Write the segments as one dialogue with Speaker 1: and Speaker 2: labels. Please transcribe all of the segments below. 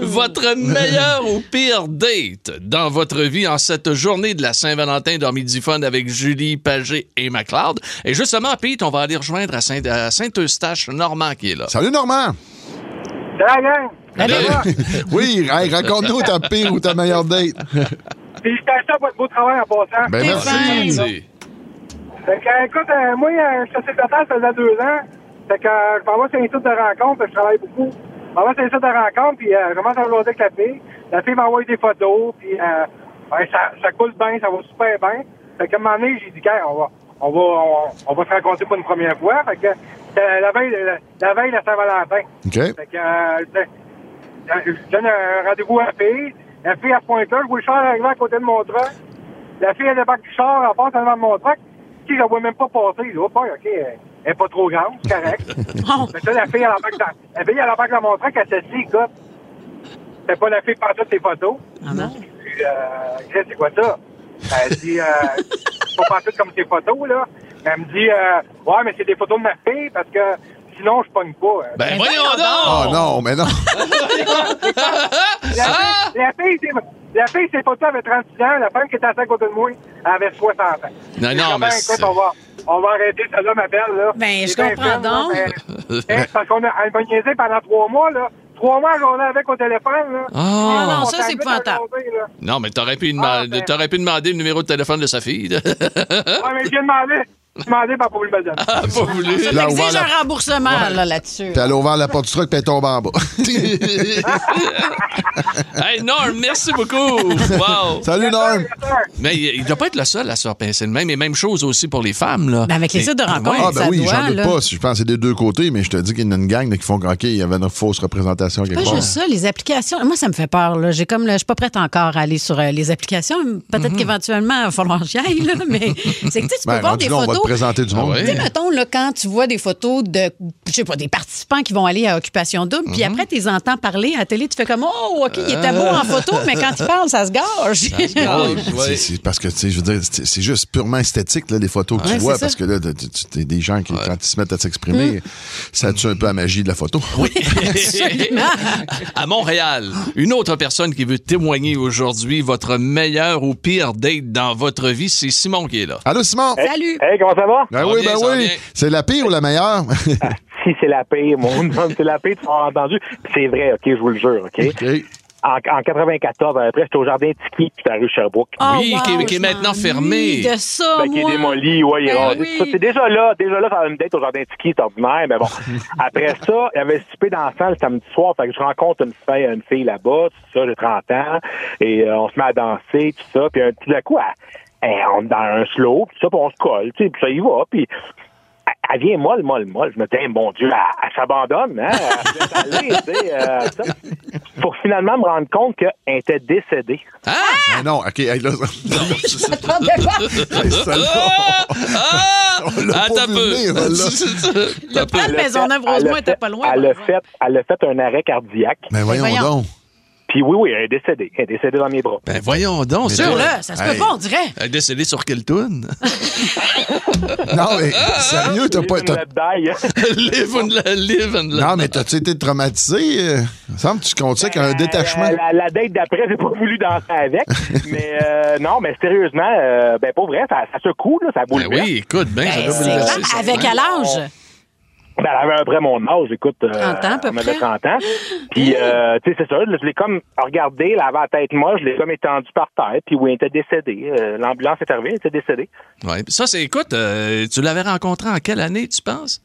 Speaker 1: Votre meilleur ou pire date dans votre vie en cette journée de la Saint-Valentin dans Midi-Fun avec Julie, Pagé et MacLeod. Et justement, Pete, on va aller rejoindre à Saint- à Saint-Eustache Normand qui est là.
Speaker 2: Salut Normand!
Speaker 3: La gang.
Speaker 1: Salut.
Speaker 2: Oui, hey, raconte-nous ta pire ou ta meilleure date.
Speaker 3: Félicitations à votre beau travail en passant.
Speaker 2: Ben
Speaker 4: T'es
Speaker 1: Ah,
Speaker 2: merci!
Speaker 4: fin.
Speaker 1: Vas-y.
Speaker 3: Fait que, écoute, euh, moi, euh, je suis secrétaire, ça faisait deux ans. Fait que, euh, je m'en vais sur un site de rencontre, parce que je travaille beaucoup. Je m'en vais sur un site de rencontre, puis euh, je commence à jaser avec la fille. La fille m'envoie des photos, puis euh, ben, ça, ça coule bien, ça va super bien. Fait qu'à un moment donné, j'ai dit, Gars, on va, on va, on, on va se rencontrer pour une première fois. Fait que, euh, la veille, la, la veille de la Saint-Valentin.
Speaker 2: OK.
Speaker 3: Fait que, euh, je- je donne un rendez-vous à la fille. La fille, à ce point-là, je vois le char arriver à côté de mon truck. La fille, elle débarque du char, elle passe devant mon truck. Tu sais, je la vois même pas passer. Je dis, oh, boy, OK, elle elle est pas trop grande, c'est correct. Fait que là, la fille, elle embarque dans, la fille, elle embarque dans mon truck, elle s'assit, écoute. C'est pas la fille par toutes ses photos.
Speaker 4: Ah non.
Speaker 3: Puis, euh, je dis, c'est quoi ça? Elle dit, euh, c'est pas partout comme tes photos, là. Elle me dit, euh, ouais, mais c'est des photos de ma fille parce que sinon, je pogne pas. hein.
Speaker 1: Ben
Speaker 4: Ben
Speaker 1: voyons
Speaker 4: voyons
Speaker 1: donc!
Speaker 2: Oh non, mais non!
Speaker 3: La,
Speaker 1: Ah!
Speaker 3: fille, la fille, c'est- la fille, c'est pas ça, avait 36 ans. La femme qui était assise à côté de moi, elle avait 60 ans.
Speaker 1: Non,
Speaker 3: J'ai
Speaker 1: non,
Speaker 3: dit,
Speaker 1: mais
Speaker 3: Ben,
Speaker 1: c'est-
Speaker 3: écoute, on va, on va arrêter celle-là, ma belle, là.
Speaker 4: Ben,
Speaker 3: C'est
Speaker 4: je
Speaker 3: bien
Speaker 4: comprends
Speaker 3: fine, là,
Speaker 4: donc.
Speaker 3: mais- hein, parce qu'on a, elle m'a niaisé pendant trois mois, là. Trois mois, j'en ai avec au téléphone, là.
Speaker 1: Ah.
Speaker 4: Non, non,
Speaker 3: On
Speaker 4: ça, c'est
Speaker 3: s'est invité
Speaker 4: épouvantable.
Speaker 3: à jaser, là.
Speaker 1: Non, mais t'aurais pu,
Speaker 3: Ah,
Speaker 1: demander-
Speaker 3: ben.
Speaker 1: t'aurais pu demander le numéro de téléphone de sa fille. là.
Speaker 3: Ouais, mais j'ai demandé, j'ai demandé, par pour le donner.
Speaker 1: Ah, Pas voulu.
Speaker 4: Ça
Speaker 2: Là,
Speaker 4: exige
Speaker 2: voilà.
Speaker 4: un remboursement là, là-dessus.
Speaker 2: Puis elle a ouvert la porte du truck, puis elle est tombée en bas.
Speaker 1: hey Norm, merci beaucoup! Wow!
Speaker 2: Salut Norm!
Speaker 1: Mais il il doit pas être le seul à se faire pincer de même. Et même chose aussi pour les femmes. Là.
Speaker 4: Ben, avec les sites de rencontres,
Speaker 1: Ouais.
Speaker 2: Ah ben
Speaker 4: ça
Speaker 2: oui,
Speaker 4: doit,
Speaker 2: j'en doute
Speaker 4: là.
Speaker 2: pas. Je pense que c'est des deux côtés, mais je te dis qu'il y en a une gang là, qui font craquer. Il y avait une fausse représentation quelque
Speaker 4: Pas
Speaker 2: part.
Speaker 4: juste ça, les applications. Moi, ça me fait peur. Là. J'ai comme, là, je suis pas prête encore à aller sur euh, les applications. Peut-être qu'éventuellement, il va falloir que j'y aille, là, mais c'est que tu sais, tu
Speaker 2: Mhm.
Speaker 4: peux
Speaker 2: Ben,
Speaker 4: voir
Speaker 2: rendu
Speaker 4: des
Speaker 2: là, on va te
Speaker 4: photos.
Speaker 2: présenter du
Speaker 1: Ah
Speaker 2: monde.
Speaker 1: ouais?
Speaker 4: Tu sais, mettons, là, quand tu vois des photos de, je sais pas, des participants qui vont aller à Occupation Double,
Speaker 2: Mhm.
Speaker 4: puis après, tu les entends parler à la télé, tu fais comme, oh, OK, il était beau
Speaker 2: Euh.
Speaker 4: en photo, mais quand il parle, ça se gorge.
Speaker 1: Ouais,
Speaker 2: C'est-
Speaker 1: ouais.
Speaker 2: C'est parce que, tu sais, je veux dire, c'est c'est juste purement esthétique, là, les photos que
Speaker 4: Ouais,
Speaker 2: tu vois,
Speaker 4: c'est ça. Hum.
Speaker 2: parce que là, tu- tu t'es des gens qui, quand ils se mettent à s'exprimer, ça tue un peu la magie de la photo. Oui.
Speaker 1: à Montréal, une autre personne qui veut témoigner aujourd'hui votre meilleur ou pire date dans votre vie, c'est Simon qui est là.
Speaker 2: Allô, Simon?
Speaker 4: Salut!
Speaker 3: Hey, comment ça va?
Speaker 2: Ben
Speaker 1: Ça va
Speaker 2: oui,
Speaker 1: bien,
Speaker 2: ben
Speaker 1: ça va
Speaker 2: oui.
Speaker 1: bien.
Speaker 2: C'est la pire ou la meilleure?
Speaker 3: Si c'est la paix, mon homme, c'est la paix, tu m'as entendu. Puis c'est vrai, OK, je vous le jure, OK?
Speaker 2: OK. Ben
Speaker 3: En, en 94, après, j'étais au jardin Tiki, puis j'étais à la rue Sherbrooke.
Speaker 4: Oh,
Speaker 1: Oui, qui est-
Speaker 4: wow,
Speaker 1: qui est
Speaker 4: je
Speaker 1: maintenant
Speaker 4: m'ennuie
Speaker 1: fermé.
Speaker 4: De ça,
Speaker 3: Ben, qui est
Speaker 4: moi.
Speaker 3: démoli, ouais, il est
Speaker 4: Ben
Speaker 3: rasé,
Speaker 4: oui.
Speaker 3: tout ça. C'est déjà là, déjà là, faire une date au jardin Tiki, c'est ordinaire, mais bon. Après ça, il y avait stupé dans la salle le samedi soir, fait que je rencontre une fille, une fille là-bas, tout ça, j'ai 30 ans, et euh, on se met à danser, tout ça, puis euh, tout d'un coup, elle- elle- on est dans un slow, tout ça, puis on se colle, tu sais, puis ça y va, puis elle- elle vient molle, molle, molle. Je me dis, hey, mon Dieu, elle, elle s'abandonne, hein? Elle laisse aller, tu sais, euh, ça. Pour finalement me rendre compte qu'elle était décédée.
Speaker 1: Hein?
Speaker 2: Ben non, OK. hey, là, hey, celle-là,
Speaker 1: Ah! Ah!
Speaker 2: l'a pas
Speaker 1: Attends un
Speaker 2: vu
Speaker 1: peu.
Speaker 2: venir, là.
Speaker 1: Attends un peu.
Speaker 4: Ah,
Speaker 3: Elle a
Speaker 4: Maisonneuve,
Speaker 3: fait- elle a
Speaker 4: Rosemont était
Speaker 3: fait-
Speaker 4: pas loin,
Speaker 3: Elle a,
Speaker 4: par
Speaker 3: fait, elle a fait un arrêt cardiaque.
Speaker 2: Ben voyons,
Speaker 4: voyons.
Speaker 2: donc.
Speaker 3: Puis oui, oui, elle est décédée. Elle est décédée dans mes bras.
Speaker 1: Ben voyons donc,
Speaker 2: Mais
Speaker 1: ça.
Speaker 2: toi,
Speaker 4: Là, ça se peut
Speaker 2: Hey.
Speaker 4: pas, on dirait.
Speaker 1: Elle est décédée sur quelle toune?
Speaker 2: Non, mais sérieux, t'as pas...
Speaker 1: Ah!
Speaker 2: t'as-
Speaker 1: live and la- live and la-
Speaker 2: Non, mais t'as-tu été traumatisé? euh? Il me semble que tu comptes ça qu'il y a un détachement.
Speaker 3: La, la- la date d'après, j'ai pas voulu danser avec. mais euh, non, mais sérieusement, euh, ben pour vrai, ça, ça secoue, là, ça boule.
Speaker 1: Ben oui, écoute, ben, ça
Speaker 4: Ben,
Speaker 1: doit
Speaker 4: c'est
Speaker 1: bouleverser,
Speaker 4: clair.
Speaker 1: ça.
Speaker 4: Avec
Speaker 1: Ouais.
Speaker 4: quel âge?
Speaker 3: Ben, elle avait à peu près mon âge, écoute. euh,
Speaker 4: 30 ans, à peu
Speaker 3: on avait
Speaker 4: près.
Speaker 3: 30 ans. Puis, euh, tu sais, c'est ça, là, je l'ai comme regardé, elle avait la tête moi, je l'ai comme étendue par terre, puis oui, elle était décédée. Euh, L'ambulance est arrivée, elle était décédée.
Speaker 1: Ouais. Ça, c'est, écoute, euh, tu l'avais rencontré en quelle année, tu penses?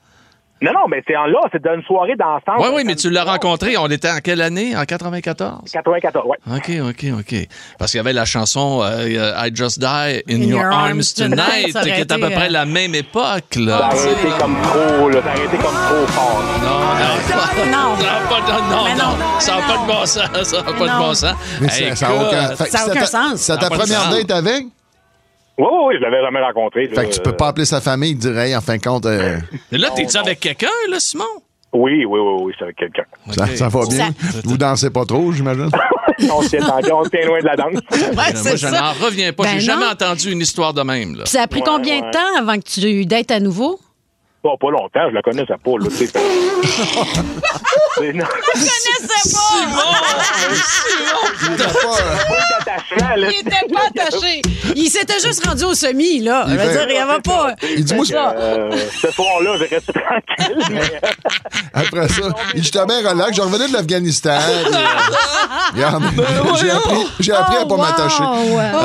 Speaker 3: Non, non, mais c'est en là, c'est d'une soirée d'ensemble.
Speaker 2: Oh,
Speaker 1: Oui, oui, mais tu l'as rencontré,
Speaker 3: rencontrée.
Speaker 1: on était en quelle année? En 94?
Speaker 3: 94, ouais.
Speaker 1: OK, OK, OK. Parce qu'il y avait la chanson euh, euh, I Just Die in, Your, Arms Tonight,
Speaker 4: ça aurait
Speaker 1: qui est à
Speaker 4: été,
Speaker 1: peu près
Speaker 4: euh,
Speaker 1: la même époque. Là.
Speaker 3: Ça a été Ah. comme trop, là. Ça a été comme trop fort.
Speaker 1: Non, non,
Speaker 4: Non.
Speaker 1: Ça n'a pas de, non,
Speaker 4: Mais
Speaker 1: non,
Speaker 4: non.
Speaker 1: ça n'a pas de bon sens. Ça n'a pas de
Speaker 4: non.
Speaker 1: bon sens.
Speaker 2: Mais
Speaker 1: Hey,
Speaker 2: ça- ça n'a aucun,
Speaker 1: écoute,
Speaker 2: Fait que
Speaker 4: Ça a
Speaker 2: c'est
Speaker 4: aucun
Speaker 2: ta-
Speaker 4: sens.
Speaker 2: C'est
Speaker 1: Ça a
Speaker 2: ta
Speaker 1: pas de
Speaker 2: première
Speaker 1: sens.
Speaker 2: date avec?
Speaker 3: Oui, oui, oui, je l'avais jamais rencontré. euh, là.
Speaker 2: Fait que tu peux pas appeler sa famille et dire, hey, en fin de compte, euh,
Speaker 1: Là, t'es-tu
Speaker 3: non.
Speaker 1: avec quelqu'un, là, Simon? Ben,
Speaker 3: Oui, oui, oui, oui, c'est avec quelqu'un.
Speaker 2: ça,
Speaker 1: OK.
Speaker 2: ça va bien.
Speaker 1: Ça-
Speaker 2: Vous dansez pas trop, j'imagine.
Speaker 3: on se tient dans- on se tient loin de la danse.
Speaker 4: Ouais,
Speaker 1: Moi,
Speaker 4: c'est
Speaker 1: je
Speaker 4: ça.
Speaker 1: n'en reviens pas.
Speaker 4: Ben
Speaker 1: J'ai jamais
Speaker 4: non.
Speaker 1: entendu une histoire de même. Là.
Speaker 4: Puis ça a pris
Speaker 3: Ouais,
Speaker 4: combien de
Speaker 3: ouais.
Speaker 4: temps avant que tu dates à nouveau?
Speaker 3: Bon, pas longtemps, je la connaissais pas, là, tu sais. C'est- non.
Speaker 4: Je connaissais pas!
Speaker 1: Simon!
Speaker 2: hein.
Speaker 3: attachant, là.
Speaker 4: Il était pas attaché. Il s'était juste rendu au semi, là. Je
Speaker 2: Il
Speaker 4: veux
Speaker 2: fait-
Speaker 4: dire, il n'y avait pas.
Speaker 2: Il dit, moi, je-
Speaker 3: Euh, ce soir-là, je reste tranquille. mais-
Speaker 2: Après ça, il dit, j'étais bien relax, je revenais de l'Afghanistan. puis, euh, regarde, j'ai appris, j'ai appris à
Speaker 5: Oh,
Speaker 2: pas
Speaker 5: wow.
Speaker 2: m'attacher.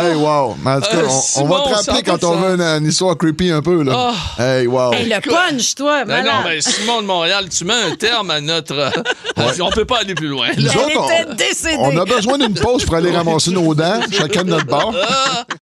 Speaker 2: Hey, wow. Mais en tout cas,
Speaker 1: Euh,
Speaker 2: on- on,
Speaker 1: Simon,
Speaker 2: va te
Speaker 1: ça a
Speaker 2: rappeler
Speaker 1: pas de
Speaker 2: quand on
Speaker 1: sens.
Speaker 2: veut une, une histoire creepy un peu, là. Hey, wow.
Speaker 4: Hey, le punch, toi,
Speaker 1: Non, Ben non,
Speaker 4: malade.
Speaker 1: mais Simon de Montréal, tu mets un terme à notre. euh, On peut pas aller plus loin. là.
Speaker 2: Nous
Speaker 4: Elle
Speaker 2: autres,
Speaker 4: était
Speaker 2: on-
Speaker 4: décédée.
Speaker 2: on a besoin d'une pause pour aller ramasser nos dents, chacun de notre bord.